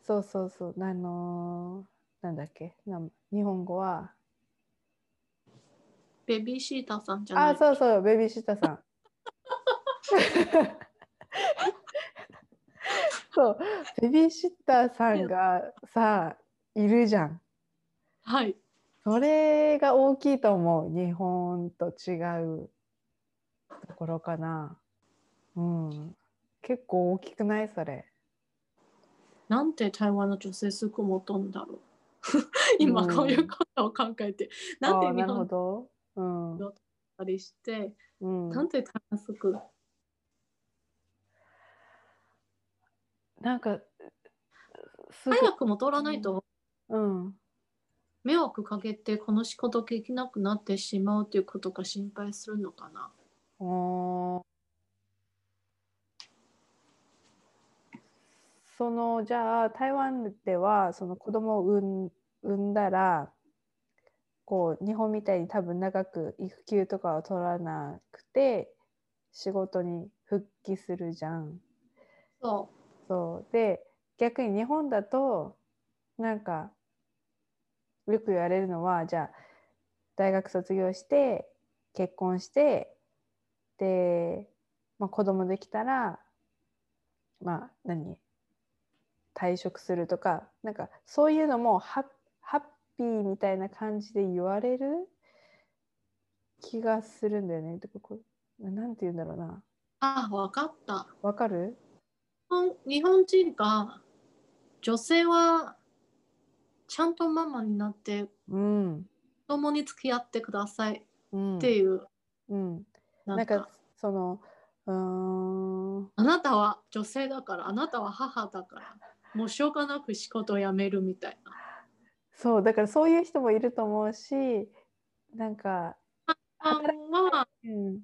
S1: そうそうそう、あのーなんだっけ、なん日本語は。
S3: ベビーシーターさんじゃない。
S1: あ、そうそう、ベビーシッターさん。そう、ベビーシッターさんがさ、いるじゃん。
S3: はい。
S1: それが大きいと思う、日本と違うところかな。うん、結構大きくないそれ。
S3: なんて台湾の女性すぐ戻るんだろう。今
S1: うん
S3: こういうことを考えて、なん
S1: あー
S3: て日
S1: なるほ
S3: 本だ
S1: ど。うん。
S3: ったりして、
S1: うん、
S3: なんて台湾すぐ
S1: なんか、すぐ、
S3: 早く戻らないと
S1: うん。
S3: 迷惑かけてこの仕事できなくなってしまうということが心配するのかな。
S1: おそのじゃあ台湾ではその子供を産ん産んだらこう日本みたいに多分長く育休とかは取らなくて仕事に復帰するじゃん。
S3: そ
S1: そうで逆に日本だとなんかよく言われるのはじゃあ大学卒業して結婚してで、まあ、子供できたらまあ何退職するとかなんかそういうのもハッハッピーみたいな感じで言われる気がするんだよね。てかこうなんて言うんだろうな。
S3: あ、わかった。
S1: わかる
S3: 日本日本人が女性はちゃんとママになって
S1: うん。
S3: 子供に付き合ってくださいっ
S1: うん、
S3: ていう、
S1: うん、な
S3: な
S1: んん
S3: か
S1: かそのうーん
S3: あなたは女性だからあなたは母だからもうしょうがなく仕事を辞めるみたいな
S1: そうだからそういう人もいると思うしなんか、
S3: あ
S1: 働
S3: は
S1: うん、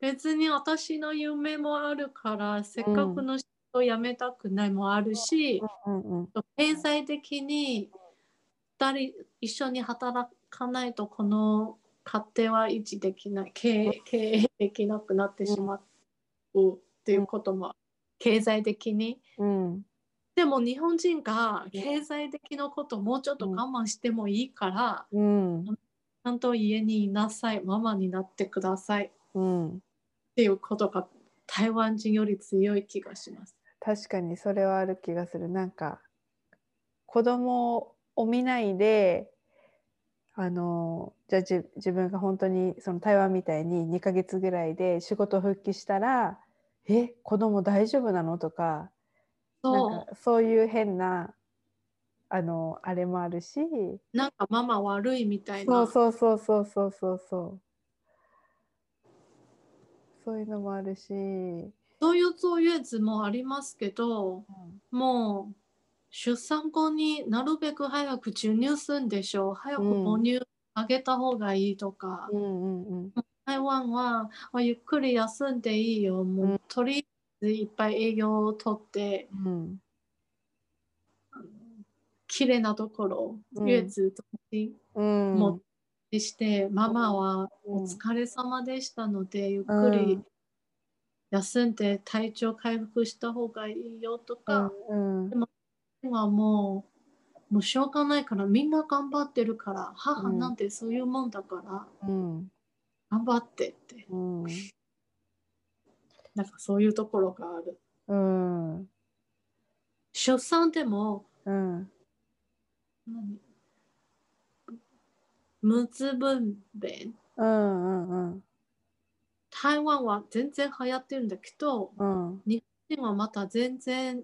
S3: 別に私の夢もあるからせっかくの仕事を辞めたくないもあるし、
S1: うんうん
S3: 経済的に2人一緒に働かないとこの家庭は維持できない経営経営できなくなってしまうっていうことも経済的に
S1: うん
S3: でも日本人が経済的なことをもうちょっと我慢してもいいから
S1: うん
S3: ちゃんと家にいなさいママになってくださいっ
S1: うん
S3: ていうことが台湾人より強い気がします。
S1: 確かにそれはある気がするなんか子供を見ないであのじゃあじ自分が本当にその台湾みたいに2ヶ月ぐらいで仕事復帰したら「え子供大丈夫なの?」とかなん
S3: そ
S1: かそういう変なあのあれもあるし
S3: うなんかママ悪いみたいな
S1: そうそうそうそうそうそうそうそういうのもあるし、
S3: そういうそういう図もありますけどもう出産後になるべく早く授乳するんでしょう早く
S1: うん
S3: 母乳あげた方がいいとか、
S1: うんうんうん
S3: 台湾はあゆっくり休んでいいよもう、
S1: うん
S3: とりあえずいっぱい栄養をとって
S1: うん
S3: 綺麗なところ
S1: うん
S3: 唯一友達
S1: うん
S3: もでして、ママは
S1: うん
S3: お疲れ様でしたので、ゆっくり休んで体調回復した方がいいよとか、
S1: うんうん
S3: はもうもうしょうがないからみんな頑張ってるから母なんてそういうもんだから
S1: うん
S3: 頑張ってって
S1: うん
S3: なんかそういうところがある
S1: うん
S3: 出産でも
S1: うん
S3: 何無痛分娩
S1: うんうん
S3: 台湾は全然流行ってるんだけど
S1: うん
S3: 日本はまた全然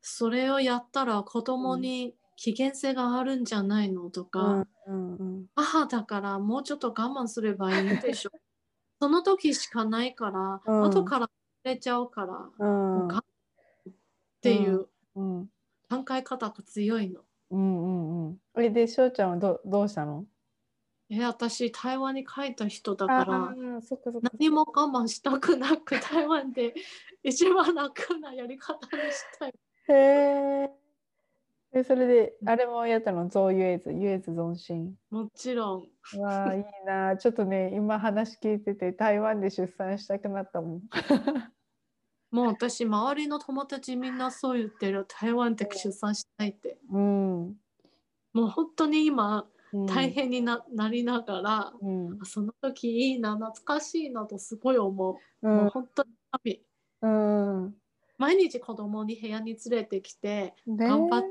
S3: それをやったら子供に危険性があるんじゃないのとか、
S1: うんうん
S3: 母だからもうちょっと我慢すればいい でしょその時しかないから、
S1: うん
S3: 後から忘れちゃうから、
S1: うん
S3: もう我慢っていう
S1: うん
S3: 考え方が強いの。
S1: うんうんうん。えでしょうちゃんはどどうしたの？
S3: え私台湾に帰った人だか
S1: あ
S3: ら
S1: あそっかそっか。
S3: 何も我慢したくなく台湾で一番楽なやり方にしたい。
S1: へえ。でそれであれもやったのゾウユエズユエズ存心。
S3: もちろん
S1: わあいいなちょっとね今話聞いてて台湾で出産したくなったもん。
S3: もう私周りの友達みんなそう言ってる台湾で出産したいって
S1: うん。
S3: もう本当に今
S1: うん
S3: 大。変にな,、なりながら
S1: うん
S3: あその時いいな懐かしいなとすごい思
S1: う
S3: う。もうん本当に神
S1: うん。
S3: 毎日子供に部屋に連れてきて
S1: ね
S3: 頑張っ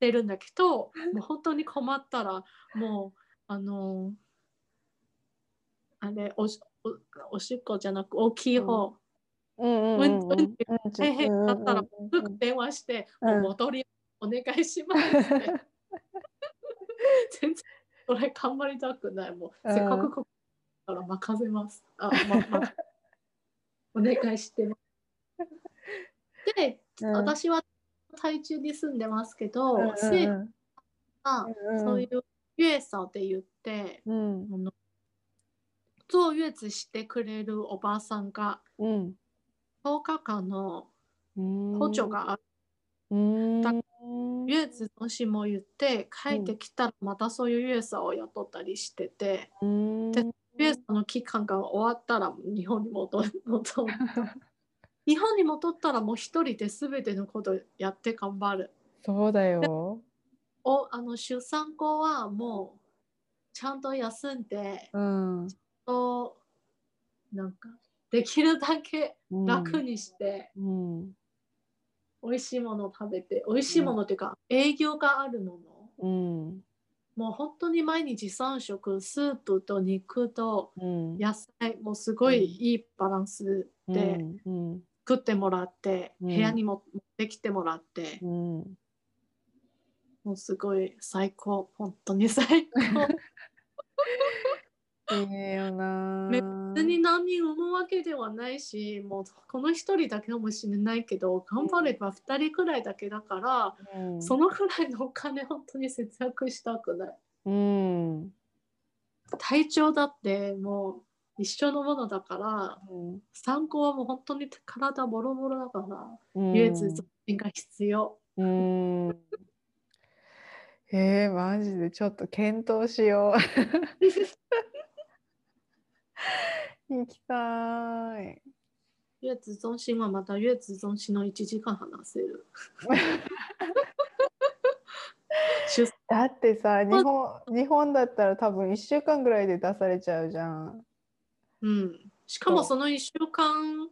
S3: 出るんだけど、もう本当に困ったらもうあのあれおしおおしっこじゃなく大きい方、
S1: うんうんうんうん。
S3: うんうん
S1: ち
S3: 大変だったら
S1: うんうん
S3: すぐ電話して、
S1: うん
S3: もう戻りお願いし ますって全然それ頑張りたくないもう、
S1: うん
S3: せっかくここだから任せますあ、まま、お願いしてますで、
S1: うん
S3: 私は台中に住んでますけど、
S1: うんうん
S3: 政府が
S1: うんうん
S3: そういう月嫂って言って、
S1: うん
S3: あの坐月してくれるおばあさんが
S1: うん
S3: 10日間の
S1: うん。
S3: 補助がある
S1: うん。
S3: だ月のしも言って帰ってきたらまたそういう月嫂を雇ったりしてて、
S1: うん。
S3: で月嫂の期間が終わったら日本に戻る戻る日本に戻ったらもう一人で全てのことやって頑張る
S1: そうだよ。
S3: おあの出産後はもうちゃんと休んで
S1: うん。
S3: となんかできるだけ楽にして、
S1: うん。
S3: 美味しいものを食べて美味しいものっていうか、営業があるもの
S1: うん。
S3: もう本当に毎日3食スープと肉と
S1: うん。
S3: 野菜もすごいいいバランスで
S1: うん。うん
S3: 作ってもらって、
S1: うん
S3: 部屋にも持ってきてもらって、
S1: うん。
S3: もうすごい最高本当に最
S1: い
S3: 高
S1: いよなー。
S3: 別に何人産むわけではないしもうこの1人だけかもしれないけど頑張れば2人くらいだけだから、
S1: うん、
S3: そのくらいのお金本当に節約したくない。
S1: うん。うん。
S3: 体調だってもう一緒のものだから参考はもう本当に体ボロボロだから、
S1: うん
S3: 唯一増進が必要。
S1: うん。えー、マジでちょっと検討しよう。行きたい。
S3: 唯一増進はまた唯一増進の1時間話せる。出産
S1: だってさ、日本、日本だったら多分一週間ぐらいで出されちゃうじゃん。
S3: うん、しかもその1週間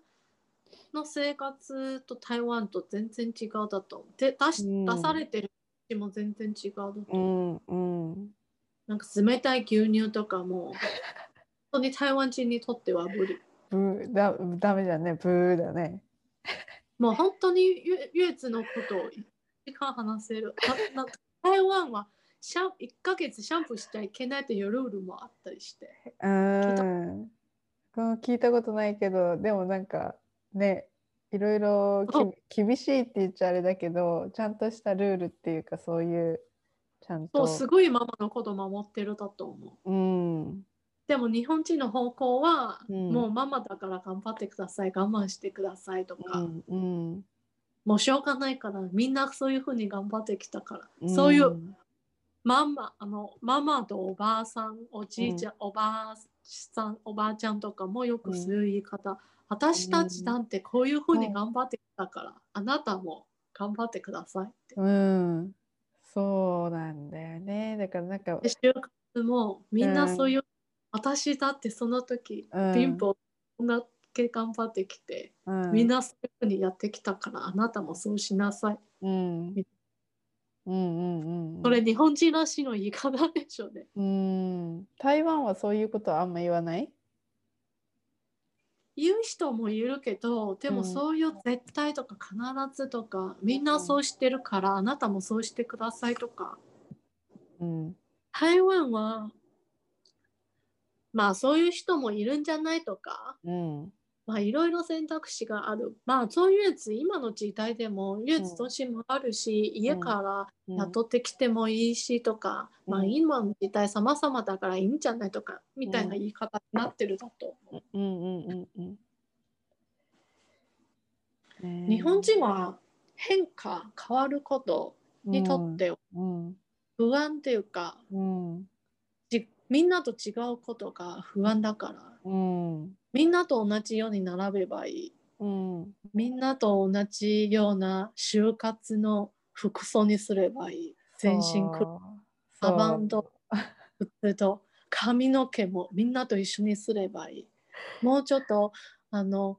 S3: の生活と台湾と全然違うだと思う。で出し
S1: うん
S3: 出されてる日も全然違うだと思う
S1: うん、うん。
S3: なんか冷たい牛乳とかも本当に台湾人にとっては無理。
S1: ブー、だ、ダメだね、ブーだね。
S3: もう本当にゆ唯一のことを一時間話せる。なな台湾はシャン1ヶ月シャンプーしちゃいけないというルールもあったりして。
S1: うん。こう聞いたことないけど、でもなんかね、いろいろき
S3: そう
S1: 厳しいって言っちゃあれだけど、ちゃんとしたルールっていうかそういう、ちゃん
S3: そ
S1: と。
S3: うすごいママのこと守ってるだと思う。
S1: うん。
S3: でも日本人の方向は、
S1: うん
S3: もうママだから頑張ってください我慢してくださいと
S1: う
S3: か、
S1: ん。うん。
S3: もうしょうがないからみんなそういうふうに頑張ってきたからそういうママあのママとおばあさんおじいちゃん、おばあさんおばあちゃんとかもよくする言い方、私たちなんてこういうふうに頑張ってきたから、あなたも頑張ってくださいって
S1: うん、そうなんだよね。だからなんか
S3: で、就活もみんなそういう、私だってその時、
S1: うん
S3: 貧乏こんだけ頑張ってきて、
S1: うん、
S3: みん、なそういうふうにやってきたからあなたもそうしなさい、
S1: うん、うんうんうんうん
S3: これ日本人らしいの言い方でしょうね
S1: うん、台湾はそういうことはあんま言わない
S3: 言う人もいるけどで
S1: う
S3: も
S1: ん
S3: そういう絶対とか必ずとか、みんなそうしてるからあなたもそうしてくださいとか
S1: うん、
S3: 台湾はまあそういう人もいるんじゃないとか
S1: うん、
S3: まあいろいろ選択肢があるまあそういうやつ今の時代でも技術都市もあるし、家から
S1: うん
S3: 雇ってきてもいいしとか、
S1: うん
S3: まあ今の時代様々だからいいんじゃないとかみたいな言い方になってるだと、
S1: うんうんうんうんねえ
S3: 日本人は変化変わることにとって
S1: うん
S3: 不安っていうか、
S1: うん
S3: じみんなと違うことが不安だから
S1: うん
S3: みんなと同じように並べばいい
S1: うん
S3: みんなと同じような就活の服装にすればいい全身黒
S1: そう
S3: カバンと普通と髪の毛もみんなと一緒にすればいいもうちょっとあの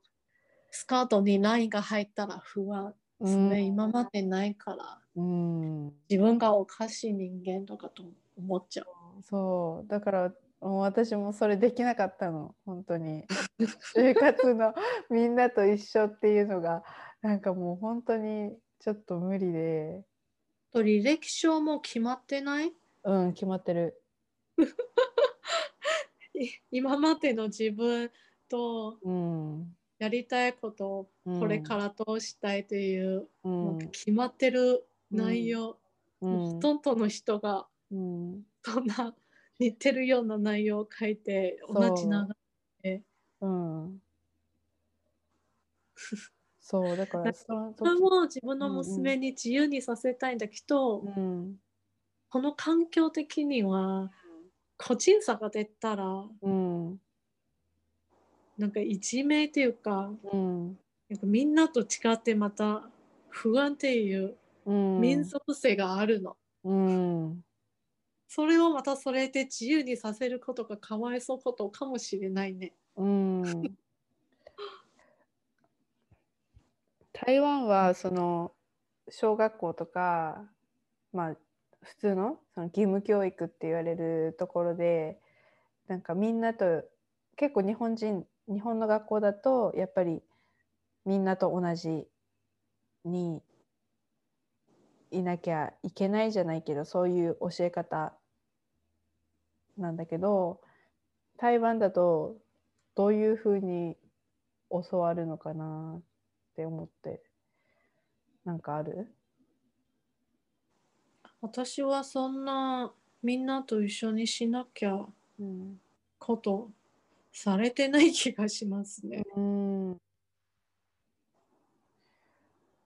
S3: スカートにラインが入ったら不安
S1: う
S3: そ
S1: ん
S3: れ今までないから
S1: うん
S3: 自分がおかしい人間とかと思っちゃう
S1: そうだからもう私もそれできなかったの本当に就活のみんなと一緒っていうのがなんかもう本当にちょっと無理で
S3: と履歴書も決まってない
S1: うん決まってる
S3: い 今までの自分と
S1: うん、
S3: やりたいことをこれかららどうしたいという、
S1: うん
S3: もう決まってる内容、
S1: う
S3: もうんほとんどの人が
S1: うん
S3: そんな似てるような内容を書いて
S1: そう
S3: 同じな
S1: うん、そうだからその
S3: それ
S1: 時、
S3: も自分の娘に自由にさせたいんだけど、
S1: うん
S3: この環境的には個人差が出たら
S1: うん
S3: なんか一命というか
S1: うん
S3: なんかみんなと違ってまた不安っていう
S1: うん、
S3: 民族性があるの、
S1: うん
S3: それをまたそれで自由にさせることがかわいそうことかもしれないね。
S1: うん、台湾はその小学校とか、まあ、普通のその義務教育って言われるところでなんかみんなと結構日本人日本の学校だとやっぱりみんなと同じにいなきゃいけないじゃないけどそういう教え方なんだけど台湾だとどういうふうに教わるのかなって思ってなんかある
S3: 私はそんなみんなと一緒にしなきゃ
S1: うん、
S3: ことされてない気がしますね。
S1: うん
S3: う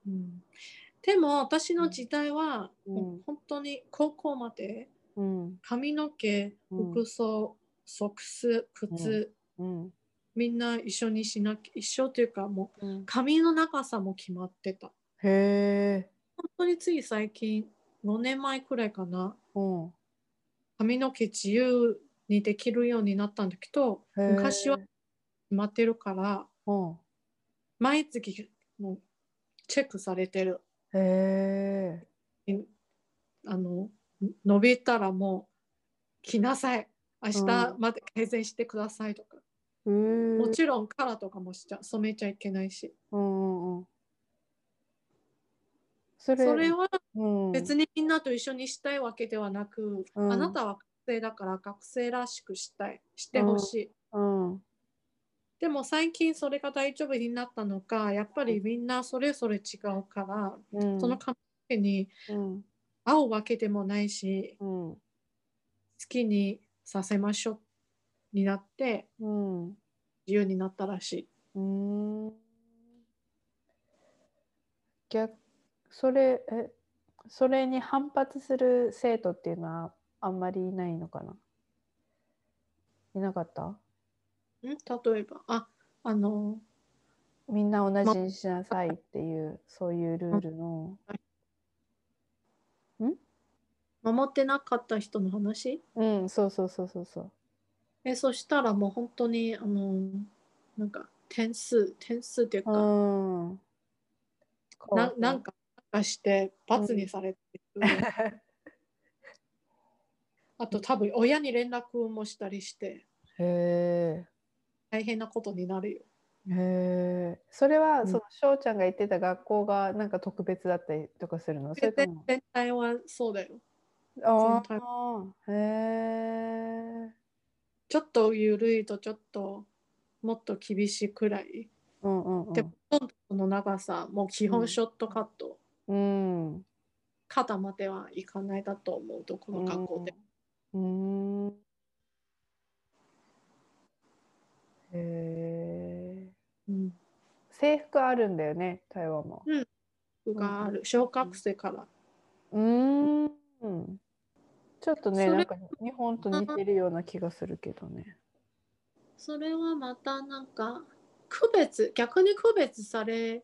S3: ん、でも私の時代は、
S1: うん
S3: もう本当に高校まで
S1: うん
S3: 髪の毛
S1: うん
S3: 服装、ソックス靴、
S1: うん
S3: みんな一緒にしなきゃ一緒というかもう
S1: うん
S3: 髪の長さも決まってた。
S1: へえ
S3: 本当につい最近5年前くらいかな
S1: うん
S3: 髪の毛自由にできるようになったんだけど
S1: へー
S3: 昔は決まってるから
S1: うん
S3: 毎月もうチェックされてる
S1: へえ
S3: あの伸びたらもう来なさい明日
S1: うん
S3: まで改善してくださいとか、
S1: うー
S3: もちろんカラーとかもしちゃ染めちゃいけないし
S1: うんうんうんそれ
S3: それは
S1: うん、
S3: 別にみんなと一緒にしたいわけではなく、
S1: うん
S3: あなたは学生だから学生らしくしたいしてほしい、
S1: うん
S3: でも最近それが大丈夫になったのかやっぱりみんなそれぞれ違うから、
S1: うん、
S3: その髪の毛に
S1: うん
S3: 合うわけでもないし
S1: うん
S3: 好きにさせましょうになって
S1: うんう
S3: 自由になったらしい。
S1: ーん逆それえそれに反発する生徒っていうのはあんまりいないのかないなかった
S3: ん例えばああの
S1: みんな同じにしなさいっていうそういうルールの
S3: 守ってなかった人の話
S1: うんそうそうそうそうそう
S3: えそしたらもう本当にあのなんか点数点数っていうか、
S1: うん
S3: ななんかなんかして罰にされてる、あと多分親に連絡もしたりして
S1: へ
S3: 大変なことになるよ。
S1: えへえそれは、
S3: うん
S1: その翔ちゃんが行ってた学校がなんか特別だったりとかするのそれと
S3: 全
S1: も
S3: 全体はそうだよ。
S1: あ
S3: 全
S1: あへえ
S3: ちょっと緩いとちょっともっと厳しいくらい。
S1: うんうん
S3: でもほとんどその長さもう基本ショットカット、
S1: うんうん
S3: 肩まではいかないだと思うどこの学校で。
S1: うん。うーんへえ。
S3: うん
S1: 制服あるんだよね、台湾も。
S3: がある小学生から
S1: うーん。ちょっとね、
S3: それ
S1: なんか日本と似てるような気がするけどね。
S3: それはまたなんか区別逆に区別され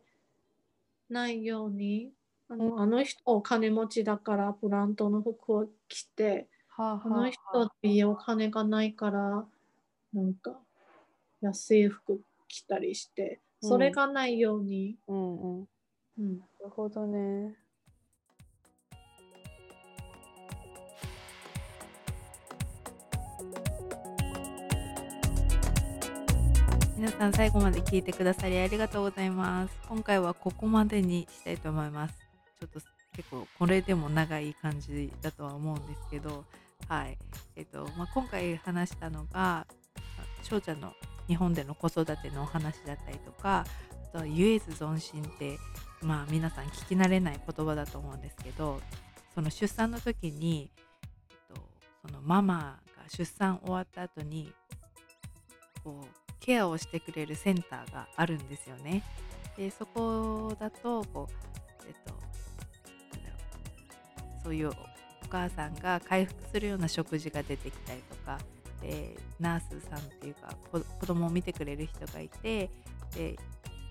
S3: ないようにあの,、あの人お金持ちだからブランドの服を着て
S1: はあ、は
S3: あの人の家お金がないからなんか安い服着たりして
S1: うん
S3: それがないように、
S1: うんうん。
S3: うん、
S1: なるほどね。
S4: 皆さん最後まで聞いてくださりありがとうございます。今回はここまでにしたいと思います。ちょっと結構これでも長い感じだとは思うんですけど、はい。えっと、まあ、今回話したのが、翔ちゃんの日本での子育てのお話だったりとか、あとはゆえず存心って、まあ皆さん聞き慣れない言葉だと思うんですけど、その出産の時に、えっと、そのママが出産終わった後に、こうケアをしてくれるセンターがあるんですよね。でそこだとこう、えっと、なんだろうそういうお母さんが回復するような食事が出てきたりとかでナースさんっていうかこ子供を見てくれる人がいてで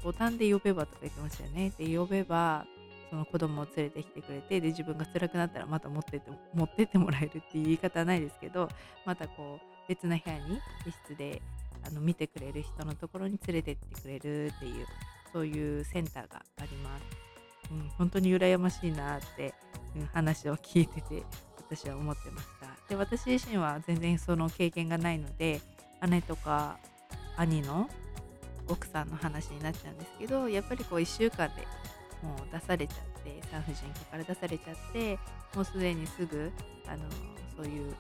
S4: ボタンで呼べばとか言ってましたよね。で呼べばその子供を連れてきてくれてで自分が辛くなったらまた持ってって持ってってもらえるっていう言い方はないですけどまたこう別の部屋に別室であの見てくれる人のところに連れてってくれるっていうそういうセンターがあります。うん、本当に羨ましいなって、うん、話を聞いてて私は思ってました。で私自身は全然その経験がないので姉とか兄の奥さんの話になっちゃうんですけどやっぱりこう1週間でもう出されちゃって産婦人科から出されちゃってもうすでにすぐあのそういう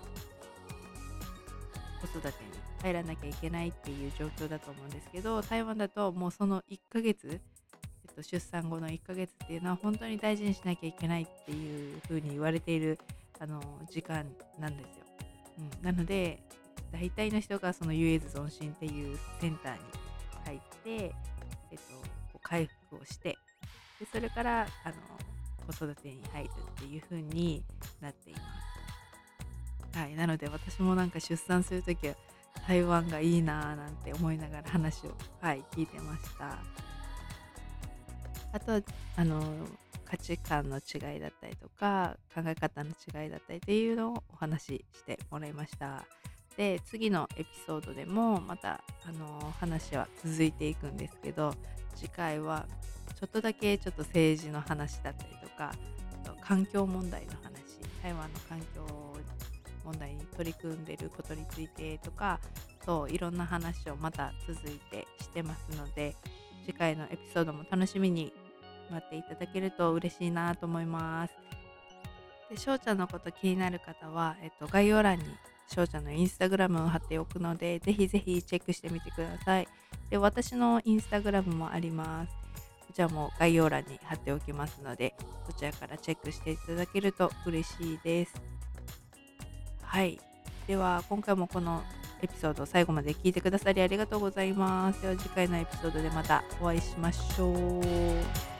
S4: 子育てに入らなきゃいけないっていう状況だと思うんですけど台湾だともうその1ヶ月、えっと、出産後の1ヶ月っていうのは本当に大事にしなきゃいけないっていう風に言われているあの時間なんですよ。うん、なので大体の人がその UAS 存心っていうセンターに入って、えっと、こう回復をしてでそれからあの子育てに入るっていう風になっています。はい、なので私もなんか出産する時は台湾がいいなぁなんて思いながら話を、はい、聞いてましたあとはあの価値観の違いだったりとか考え方の違いだったりっていうのをお話ししてもらいましたで次のエピソードでもまたあの話は続いていくんですけど次回はちょっとだけちょっと政治の話だったりとかあと環境問題の話台湾の環境問題に取り組んでることについてとかそういろんな話をまた続いてしてますので次回のエピソードも楽しみに待っていただけると嬉しいなと思います。で翔ちゃんのこと気になる方は、えっと、概要欄に翔ちゃんのインスタグラムを貼っておくのでぜひぜひチェックしてみてください。で私のインスタグラムもあります。こちらも概要欄に貼っておきますのでそちらからチェックしていただけると嬉しいです。はい。では、今回もこのエピソードを最後まで聞いてくださりありがとうございます。では、次回のエピソードでまたお会いしましょう。